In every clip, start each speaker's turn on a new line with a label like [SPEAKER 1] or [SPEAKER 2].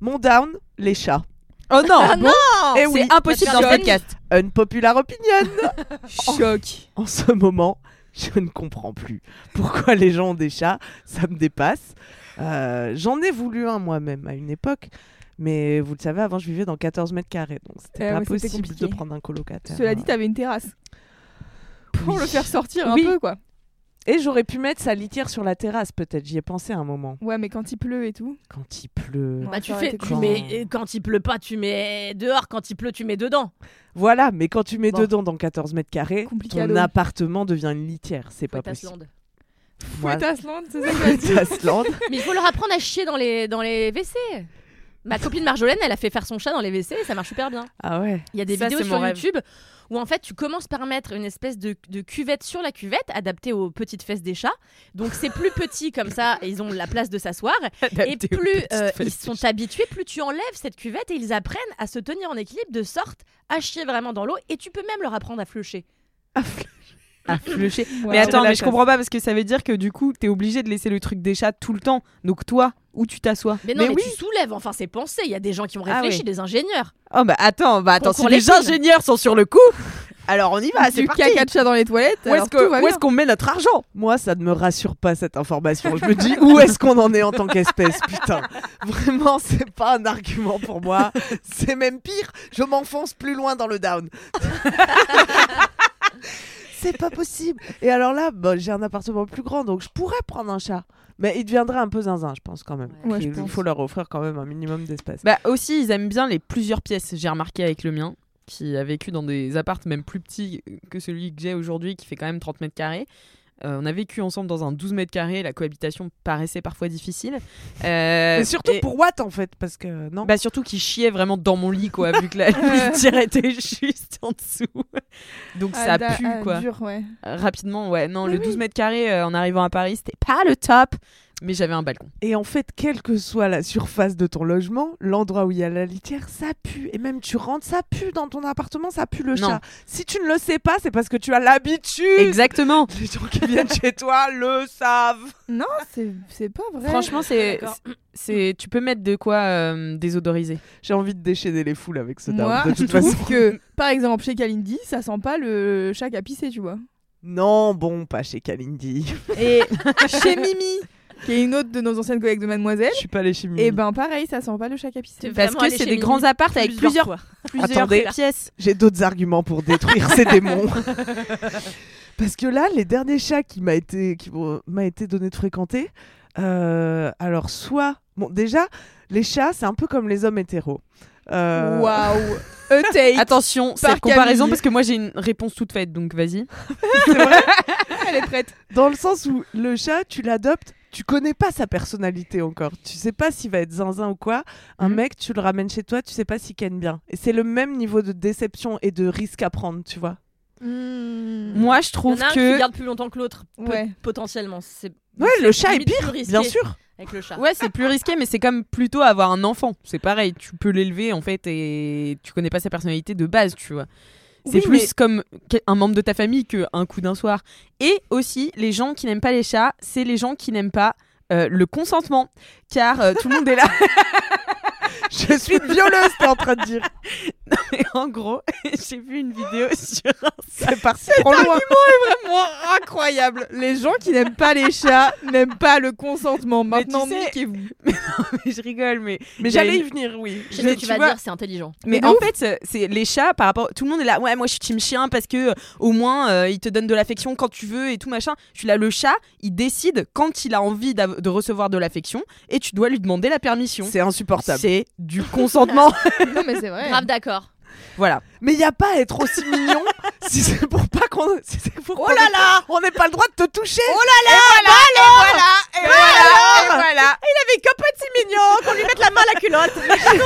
[SPEAKER 1] Mon down, les chats.
[SPEAKER 2] Oh non,
[SPEAKER 3] Ah non
[SPEAKER 1] Eh
[SPEAKER 2] C'est
[SPEAKER 1] oui,
[SPEAKER 2] impossible dans ce
[SPEAKER 3] Choc.
[SPEAKER 2] podcast.
[SPEAKER 1] unpopular opinion.
[SPEAKER 2] Oh. Choc.
[SPEAKER 1] En ce moment, je ne comprends plus pourquoi les gens ont des chats. Ça me dépasse. Euh, J'en ai voulu un moi-même à une époque. Mais vous le savez, avant, je vivais dans 14 mètres carrés. Donc, c'était
[SPEAKER 2] Euh,
[SPEAKER 1] pas
[SPEAKER 2] ouais, c'était
[SPEAKER 1] possible
[SPEAKER 2] compliqué.
[SPEAKER 1] de prendre un colocataire.
[SPEAKER 2] Cela dit, t'avais une terrasse. Pour
[SPEAKER 1] Oui.
[SPEAKER 2] le faire sortir un
[SPEAKER 1] Oui.
[SPEAKER 2] peu, quoi.
[SPEAKER 1] Et j'aurais pu mettre sa litière sur la terrasse, peut-être. J'y ai pensé à un moment.
[SPEAKER 2] Ouais, mais quand il pleut et tout.
[SPEAKER 1] Quand il pleut.
[SPEAKER 2] Ouais.
[SPEAKER 3] Bah, tu
[SPEAKER 2] Ça aurait
[SPEAKER 3] fais,
[SPEAKER 2] été
[SPEAKER 3] tu
[SPEAKER 1] cool.
[SPEAKER 3] mets, et quand il pleut pas, tu mets dehors. Quand il pleut, tu mets dedans.
[SPEAKER 1] Voilà, mais quand tu mets
[SPEAKER 3] Bon.
[SPEAKER 1] dedans dans 14 mètres carrés,
[SPEAKER 2] Compliqué à
[SPEAKER 1] ton
[SPEAKER 2] l'eau.
[SPEAKER 1] appartement devient une litière. C'est pas possible.
[SPEAKER 3] Potasland.
[SPEAKER 1] Voilà.
[SPEAKER 2] Fouettasland, c'est ça que tu as dit
[SPEAKER 1] Potasland.
[SPEAKER 3] Mais il faut leur apprendre à chier dans les, dans les WC. Ma copine Marjolaine, elle a fait faire son chat dans les WC et ça marche super bien.
[SPEAKER 1] Ah ouais.
[SPEAKER 3] Il y a des
[SPEAKER 2] Ça,
[SPEAKER 3] vidéos
[SPEAKER 2] c'est
[SPEAKER 3] sur
[SPEAKER 2] mon rêve.
[SPEAKER 3] YouTube où en fait tu commences par mettre une espèce de, de cuvette sur la cuvette adaptée aux petites fesses des chats. Donc c'est plus petit comme ça, et ils ont la place de s'asseoir. Et
[SPEAKER 1] Adapté aux
[SPEAKER 3] plus
[SPEAKER 1] petites
[SPEAKER 3] euh, ils
[SPEAKER 1] fesses.
[SPEAKER 3] sont habitués, plus tu enlèves cette cuvette et ils apprennent à se tenir en équilibre de sorte à chier vraiment dans l'eau. Et tu peux même leur apprendre à flusher.
[SPEAKER 1] Ah, flushé.
[SPEAKER 2] Ouais.
[SPEAKER 4] Mais attends,
[SPEAKER 1] la
[SPEAKER 4] mais je
[SPEAKER 1] chasse.
[SPEAKER 4] comprends pas parce que ça veut dire que du coup, t'es obligé de laisser le truc des chats tout le temps. Donc toi, où tu t'assois
[SPEAKER 3] Mais non, mais,
[SPEAKER 4] Mais
[SPEAKER 3] tu soulèves, enfin c'est pensé. Il y a des gens qui ont
[SPEAKER 4] Ah
[SPEAKER 3] réfléchi,
[SPEAKER 4] ouais.
[SPEAKER 3] des ingénieurs.
[SPEAKER 4] Oh bah attends, bah attends,
[SPEAKER 3] Qu'on- qu'on
[SPEAKER 4] si les
[SPEAKER 3] l'épine.
[SPEAKER 4] ingénieurs sont sur le coup, alors on y va, c'est
[SPEAKER 2] Ah, du
[SPEAKER 4] parti.
[SPEAKER 2] caca de chat dans les toilettes.
[SPEAKER 4] Où est-ce
[SPEAKER 2] alors
[SPEAKER 4] que-
[SPEAKER 2] tout va
[SPEAKER 4] où
[SPEAKER 2] bien.
[SPEAKER 4] est-ce qu'on met notre argent
[SPEAKER 1] Moi, ça ne me rassure pas cette information. Je me dis où est-ce qu'on en est en tant qu'espèce, putain. Vraiment, c'est pas un argument pour moi. C'est même pire. Je m'enfonce plus loin dans le down. c'est pas possible. Et alors là, bon, j'ai un appartement plus grand, donc je pourrais prendre un chat. Mais il deviendrait un peu zinzin, je pense quand même.
[SPEAKER 2] Ouais, je
[SPEAKER 1] il
[SPEAKER 2] pense.
[SPEAKER 1] faut leur offrir quand même un minimum d'espace.
[SPEAKER 4] Bah aussi, ils aiment bien les plusieurs pièces. J'ai remarqué avec le mien, qui a vécu dans des appartes même plus petits que celui que j'ai aujourd'hui, qui fait quand même 30 mètres carrés. Euh, on a vécu ensemble dans un 12 mètres carrés, la cohabitation paraissait parfois difficile. Euh,
[SPEAKER 1] Mais surtout
[SPEAKER 4] et-
[SPEAKER 1] pour Watt en fait, parce que non.
[SPEAKER 4] Bah surtout qu'il chiait vraiment dans mon lit quoi, vu que la litière était juste en dessous. Donc
[SPEAKER 2] Ah,
[SPEAKER 4] ça
[SPEAKER 2] da-
[SPEAKER 4] pue
[SPEAKER 2] ah,
[SPEAKER 4] quoi.
[SPEAKER 2] dur, ouais.
[SPEAKER 4] Euh, Rapidement ouais, non le 12 mètres carrés euh, en arrivant à Paris c'était pas le top, mais j'avais un balcon.
[SPEAKER 1] Et en fait, quelle que soit la surface de ton logement, l'endroit où il y a la litière, ça pue. Et même tu rentres, ça pue dans ton appartement, ça pue le
[SPEAKER 4] Non.
[SPEAKER 1] chat. Si tu ne le sais pas, c'est parce que tu as l'habitude.
[SPEAKER 4] Exactement.
[SPEAKER 1] Les gens qui viennent chez toi le savent.
[SPEAKER 2] Non, c'est- c'est pas vrai.
[SPEAKER 4] Franchement c'est
[SPEAKER 3] D'accord.
[SPEAKER 4] c'est tu peux mettre de quoi euh, désodoriser.
[SPEAKER 1] J'ai envie de déchaîner les foules avec ce down.
[SPEAKER 2] Moi,
[SPEAKER 1] de
[SPEAKER 2] je
[SPEAKER 1] toute
[SPEAKER 2] trouve
[SPEAKER 1] façon.
[SPEAKER 2] que, par exemple, chez Kalindi, ça sent pas le chat qui a pissé, tu vois.
[SPEAKER 1] Non, bon, pas chez Kalindi.
[SPEAKER 2] Et chez Mimi, qui est une autre de nos anciennes collègues de Mademoiselle,
[SPEAKER 1] Je suis pas les
[SPEAKER 4] Hmm.
[SPEAKER 1] chimies.
[SPEAKER 2] et ben pareil, ça sent pas le chat qui a pissé.
[SPEAKER 3] C'est
[SPEAKER 4] Parce
[SPEAKER 3] vraiment
[SPEAKER 4] que
[SPEAKER 3] aller
[SPEAKER 4] c'est
[SPEAKER 3] chez
[SPEAKER 4] des
[SPEAKER 3] Mimi
[SPEAKER 4] grands appartes avec plusieurs,
[SPEAKER 3] fois.
[SPEAKER 4] plusieurs
[SPEAKER 1] Attendez.
[SPEAKER 4] pièces.
[SPEAKER 1] J'ai d'autres arguments pour détruire ces démons. Parce que là, les derniers chats qui m'a été, qui m'ont- m'a été donné de fréquenter, euh, alors soit, bon, déjà, les chats, c'est un peu comme les hommes hétéros. Euh,
[SPEAKER 2] Waouh! A take.
[SPEAKER 4] Attention,
[SPEAKER 2] Par
[SPEAKER 4] cette comparaison
[SPEAKER 2] Camille.
[SPEAKER 4] parce que moi j'ai une réponse toute faite donc vas-y.
[SPEAKER 2] elle est prête.
[SPEAKER 1] Dans le sens où le chat, tu l'adoptes, tu connais pas sa personnalité encore. Tu sais pas s'il va être zinzin ou quoi. Un
[SPEAKER 4] Mhm.
[SPEAKER 1] mec, tu le ramènes chez toi, tu sais pas s'il ken bien. Et c'est le même niveau de déception et de risque à prendre, tu vois.
[SPEAKER 4] Moi je
[SPEAKER 3] Il y en
[SPEAKER 4] trouve
[SPEAKER 3] a un
[SPEAKER 4] que
[SPEAKER 3] qui garde plus longtemps que l'autre, peut-
[SPEAKER 2] Ouais.
[SPEAKER 3] potentiellement. C'est-
[SPEAKER 1] Ouais,
[SPEAKER 3] c'est
[SPEAKER 1] le chat est
[SPEAKER 3] limite
[SPEAKER 1] pire,
[SPEAKER 3] plus risqué
[SPEAKER 1] bien sûr.
[SPEAKER 3] Avec le chat.
[SPEAKER 4] Ouais, c'est plus risqué, mais c'est comme plutôt avoir un enfant. C'est pareil, tu peux l'élever en fait et tu connais pas sa personnalité de base, tu vois. C'est
[SPEAKER 1] Oui,
[SPEAKER 4] plus
[SPEAKER 1] mais-
[SPEAKER 4] comme que- un membre de ta famille qu'un coup d'un soir. Et aussi, les gens qui n'aiment pas les chats, c'est les gens qui n'aiment pas euh, le consentement. Car euh, tout le monde est là.
[SPEAKER 1] Je suis une violeuse, t'es en train de dire.
[SPEAKER 4] Et en gros, j'ai vu une vidéo sur
[SPEAKER 1] C'est parti, trop loin.
[SPEAKER 2] Vraiment incroyable. Les gens qui n'aiment pas les chats n'aiment pas le consentement.
[SPEAKER 4] Mais
[SPEAKER 2] Maintenant,
[SPEAKER 4] tu sais-
[SPEAKER 2] niquez-vous.
[SPEAKER 4] Je rigole, mais.
[SPEAKER 1] Mais
[SPEAKER 4] Il y a
[SPEAKER 1] j'allais
[SPEAKER 4] une-
[SPEAKER 1] y venir, oui.
[SPEAKER 3] Je sais ce que
[SPEAKER 4] Mais
[SPEAKER 3] tu
[SPEAKER 4] tu
[SPEAKER 3] vas
[SPEAKER 4] vois-
[SPEAKER 3] dire, c'est intelligent.
[SPEAKER 4] Mais
[SPEAKER 2] de
[SPEAKER 4] en
[SPEAKER 2] ouf.
[SPEAKER 4] fait, c'est- c'est les chats par rapport. Tout le monde est là. Ouais, moi je suis team chien parce que euh, au moins euh, il te donne de l'affection quand tu veux et tout machin. Je suis là, le chat, il décide quand il a envie d'av- de recevoir de l'affection et tu dois lui demander la permission.
[SPEAKER 1] C'est insupportable.
[SPEAKER 4] C'est du consentement.
[SPEAKER 2] Non, mais c'est vrai.
[SPEAKER 3] Grave d'accord.
[SPEAKER 4] Voilà.
[SPEAKER 1] Mais il n'y a pas à être aussi mignon si c'est pour pas qu'on. si c'est pour
[SPEAKER 4] Oh
[SPEAKER 1] qu'on ait-
[SPEAKER 2] là
[SPEAKER 1] on n'ait pas le droit de te toucher
[SPEAKER 2] Ah, Voilà Et voilà Et
[SPEAKER 1] Ah.
[SPEAKER 2] voilà Il avait qu'un petit mignon qu'on lui mette la main à la culotte Mais sinon,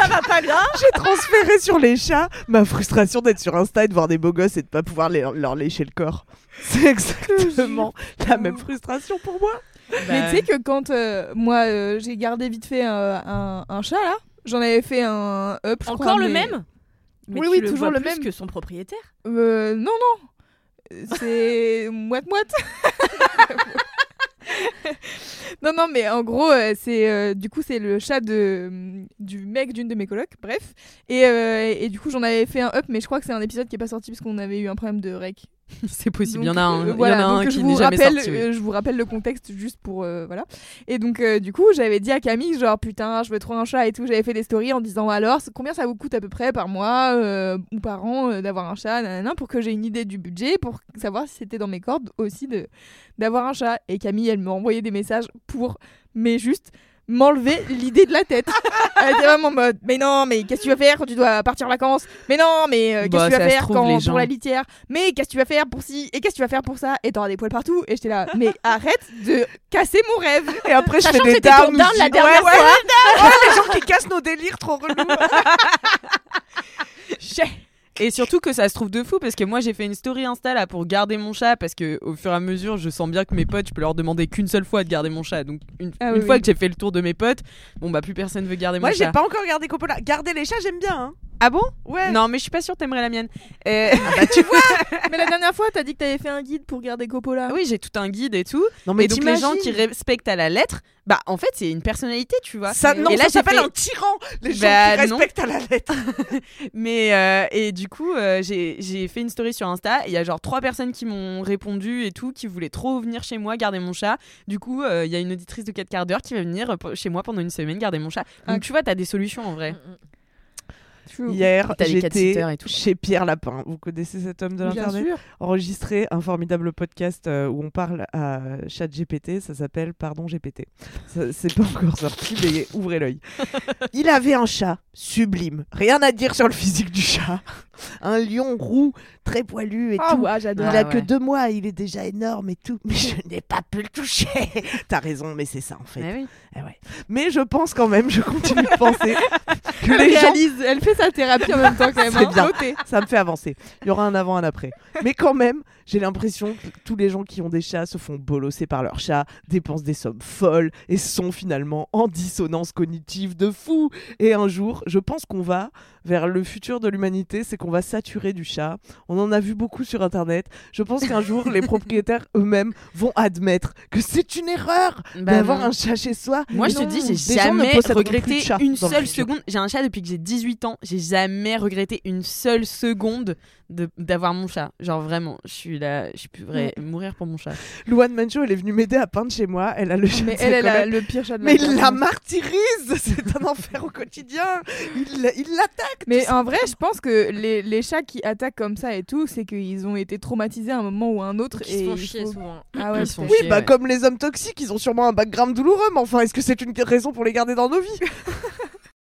[SPEAKER 2] ça va pas bien
[SPEAKER 1] J'ai transféré sur les chats ma frustration d'être sur Insta et de voir des beaux gosses et de pas pouvoir les- leur lécher le corps. C'est exactement la même frustration pour moi.
[SPEAKER 4] Bah,
[SPEAKER 2] Mais tu sais que quand euh, moi euh, j'ai gardé vite fait euh, un, un chat là, j'en avais fait un up. je crois,
[SPEAKER 3] Encore le
[SPEAKER 2] mais-
[SPEAKER 3] même Mais
[SPEAKER 2] Oui,
[SPEAKER 3] tu
[SPEAKER 2] oui,
[SPEAKER 3] le
[SPEAKER 2] toujours
[SPEAKER 3] vois
[SPEAKER 2] le
[SPEAKER 3] plus
[SPEAKER 2] même.
[SPEAKER 3] que son propriétaire.
[SPEAKER 2] Euh, Non, non. C'est moite-moite. non, non, mais en gros, euh, c'est euh, du coup, c'est le chat de, mm, du mec d'une de mes colocs, bref. Et, euh, et du coup, j'en avais fait un up, mais je crois que c'est un épisode qui est pas sorti parce qu'on avait eu un problème de rec.
[SPEAKER 4] c'est possible.
[SPEAKER 2] Donc,
[SPEAKER 4] Il y en a
[SPEAKER 2] euh,
[SPEAKER 4] un, il y en
[SPEAKER 2] voilà,
[SPEAKER 4] a un
[SPEAKER 2] donc je
[SPEAKER 4] qui
[SPEAKER 2] vous
[SPEAKER 4] n'est jamais
[SPEAKER 2] rappelle,
[SPEAKER 4] sorti. oui.
[SPEAKER 2] euh, je vous rappelle le contexte juste pour euh, voilà. Et donc euh, du coup, j'avais dit à Camille genre putain, je veux trop un chat et tout. J'avais fait des stories en disant alors c- combien ça vous coûte à peu près par mois euh, ou par an euh, d'avoir un chat, nanana, pour que j'ai une idée du budget, pour savoir si c'était dans mes cordes aussi de d'avoir un chat. Et Camille, elle m'a envoyé des messages pour mais juste m'enlever l'idée de la tête. Elle était vraiment en mode mais non, mais qu'est-ce que tu vas faire quand tu dois partir en vacances Mais non, mais euh, qu'est-ce que
[SPEAKER 4] Bah,
[SPEAKER 2] tu
[SPEAKER 4] ça
[SPEAKER 2] vas
[SPEAKER 4] se
[SPEAKER 2] faire
[SPEAKER 4] trouve,
[SPEAKER 2] quand
[SPEAKER 4] les
[SPEAKER 2] pour
[SPEAKER 4] gens.
[SPEAKER 2] la litière Mais qu'est-ce que tu vas faire pour ci Et qu'est-ce que tu vas faire pour ça Et t'auras des poils partout et j'étais là mais arrête de casser mon rêve.
[SPEAKER 1] Et après, je
[SPEAKER 3] Sachant
[SPEAKER 1] fais
[SPEAKER 3] que
[SPEAKER 1] des
[SPEAKER 3] c'était
[SPEAKER 1] dards.
[SPEAKER 3] ton dinde la dernière
[SPEAKER 1] ouais,
[SPEAKER 3] fois.
[SPEAKER 1] ouais, les gens qui cassent nos délires trop relous.
[SPEAKER 4] Et surtout que ça se trouve de fou parce que moi j'ai fait une story Insta là pour garder mon chat parce que au fur et à mesure je sens bien que mes potes je peux leur demander qu'une seule fois de garder mon chat donc une,
[SPEAKER 2] Ah
[SPEAKER 4] une
[SPEAKER 2] oui,
[SPEAKER 4] fois
[SPEAKER 2] oui.
[SPEAKER 4] que j'ai fait le tour de mes potes bon bah plus personne veut garder
[SPEAKER 1] Moi,
[SPEAKER 4] mon
[SPEAKER 1] j'ai
[SPEAKER 4] chat.
[SPEAKER 1] pas encore gardé Coppola. Garder les chats, j'aime bien. hein.
[SPEAKER 4] Ah bon
[SPEAKER 1] Ouais.
[SPEAKER 4] Non mais je suis pas sûre que t'aimerais la mienne.
[SPEAKER 1] Ah
[SPEAKER 4] Euh,
[SPEAKER 1] bah,
[SPEAKER 2] mais la dernière fois, t'as dit que t'avais fait un guide pour garder Coppola.
[SPEAKER 4] Ah oui j'ai tout un guide et tout.
[SPEAKER 1] non
[SPEAKER 4] et donc les gens qui respectent à la lettre bah en fait c'est une personnalité tu vois.
[SPEAKER 1] Ça, non,
[SPEAKER 4] Et
[SPEAKER 1] ça
[SPEAKER 4] là, j'ai
[SPEAKER 1] s'appelle
[SPEAKER 4] fait-
[SPEAKER 1] un tyran. Les gens
[SPEAKER 4] Bah,
[SPEAKER 1] qui
[SPEAKER 4] non.
[SPEAKER 1] respectent à la lettre.
[SPEAKER 4] Mais euh, et du coup, euh, j'ai j'ai fait une story sur Insta. et Il y a genre trois personnes qui m'ont répondu et tout, qui voulaient trop venir chez moi garder mon chat. Du coup, euh, il y a une auditrice de 4 quarts d'heure qui va venir euh, pour- chez moi pendant une semaine garder mon chat. Donc
[SPEAKER 2] Ah.
[SPEAKER 4] tu vois, t'as des solutions en vrai.
[SPEAKER 1] Hier,
[SPEAKER 4] T'as les cat
[SPEAKER 1] j'étais
[SPEAKER 4] sitters et tout.
[SPEAKER 1] chez Pierre Lapin. Vous connaissez cet homme de
[SPEAKER 2] Bien
[SPEAKER 1] l'internet
[SPEAKER 2] sûr.
[SPEAKER 1] Enregistrer un formidable podcast euh, où on parle à ChatGPT. Ça s'appelle Pardon GPT. Ça- C'est pas encore sorti, mais ouvrez l'œil. Il avait un chat sublime. Rien à dire sur le physique du chat. Un lion roux, très poilu et
[SPEAKER 2] Ah
[SPEAKER 1] tout.
[SPEAKER 2] ouais,
[SPEAKER 1] Il
[SPEAKER 2] j'adore.
[SPEAKER 4] Ah
[SPEAKER 1] a que
[SPEAKER 4] ouais.
[SPEAKER 1] deux mois, il est déjà énorme et tout. Mais je n'ai pas pu le toucher. T'as raison, mais c'est ça en fait. Eh ouais. Mais je pense quand même, je continue de penser que les gens
[SPEAKER 2] réalise, elle fait sa thérapie en même temps quand même.
[SPEAKER 1] C'est
[SPEAKER 2] hein.
[SPEAKER 1] bien.
[SPEAKER 2] Notez.
[SPEAKER 1] ça me fait avancer. Il y aura un avant, un après. Mais quand même, j'ai l'impression que tous les gens qui ont des chats se font bolosser par leur chat, dépensent des sommes folles et sont finalement en dissonance cognitive de fou. Et un jour, je pense qu'on va vers le futur de l'humanité, c'est qu'on va saturer du chat. On en a vu beaucoup sur Internet. Je pense qu'un jour, les propriétaires eux-mêmes vont admettre que c'est une erreur d'avoir un chat chez soi.
[SPEAKER 4] Bah Moi, je te
[SPEAKER 1] Non,
[SPEAKER 4] dis,
[SPEAKER 1] des
[SPEAKER 4] j'ai
[SPEAKER 1] gens ne
[SPEAKER 4] jamais
[SPEAKER 1] posséderont plus de
[SPEAKER 4] regretté
[SPEAKER 1] chat
[SPEAKER 4] une
[SPEAKER 1] dans le
[SPEAKER 4] seule
[SPEAKER 1] futur.
[SPEAKER 4] seconde. J'ai un chat depuis que j'ai 18 ans. J'ai jamais regretté une seule seconde de- d'avoir mon chat. Genre vraiment, je suis là, je pourrais mourir pour mon chat.
[SPEAKER 1] Louane Mancho, elle est venue m'aider à peindre chez moi. Elle a le chat.
[SPEAKER 2] Ah, Mais
[SPEAKER 1] de sa
[SPEAKER 2] elle, elle a
[SPEAKER 1] coloc.
[SPEAKER 2] le pire chat de
[SPEAKER 1] Mais
[SPEAKER 2] la
[SPEAKER 1] il la
[SPEAKER 2] terre.
[SPEAKER 1] martyrise, c'est un enfer au quotidien. Il la- il l'attaque. tout
[SPEAKER 2] Mais
[SPEAKER 1] ça.
[SPEAKER 2] en vrai, je pense que les, les chats qui attaquent comme ça et tout, c'est qu'ils ont été traumatisés à un moment ou à un autre.
[SPEAKER 3] Qui
[SPEAKER 2] et
[SPEAKER 3] se font
[SPEAKER 2] il
[SPEAKER 3] chier
[SPEAKER 2] faut-
[SPEAKER 3] souvent.
[SPEAKER 2] Ah ouais,
[SPEAKER 4] Ils se font
[SPEAKER 2] c'est-
[SPEAKER 1] oui,
[SPEAKER 4] chier,
[SPEAKER 1] bah
[SPEAKER 4] ouais.
[SPEAKER 1] comme les hommes toxiques, ils ont sûrement un background douloureux. Mais enfin, est-ce que c'est une raison pour les garder dans nos vies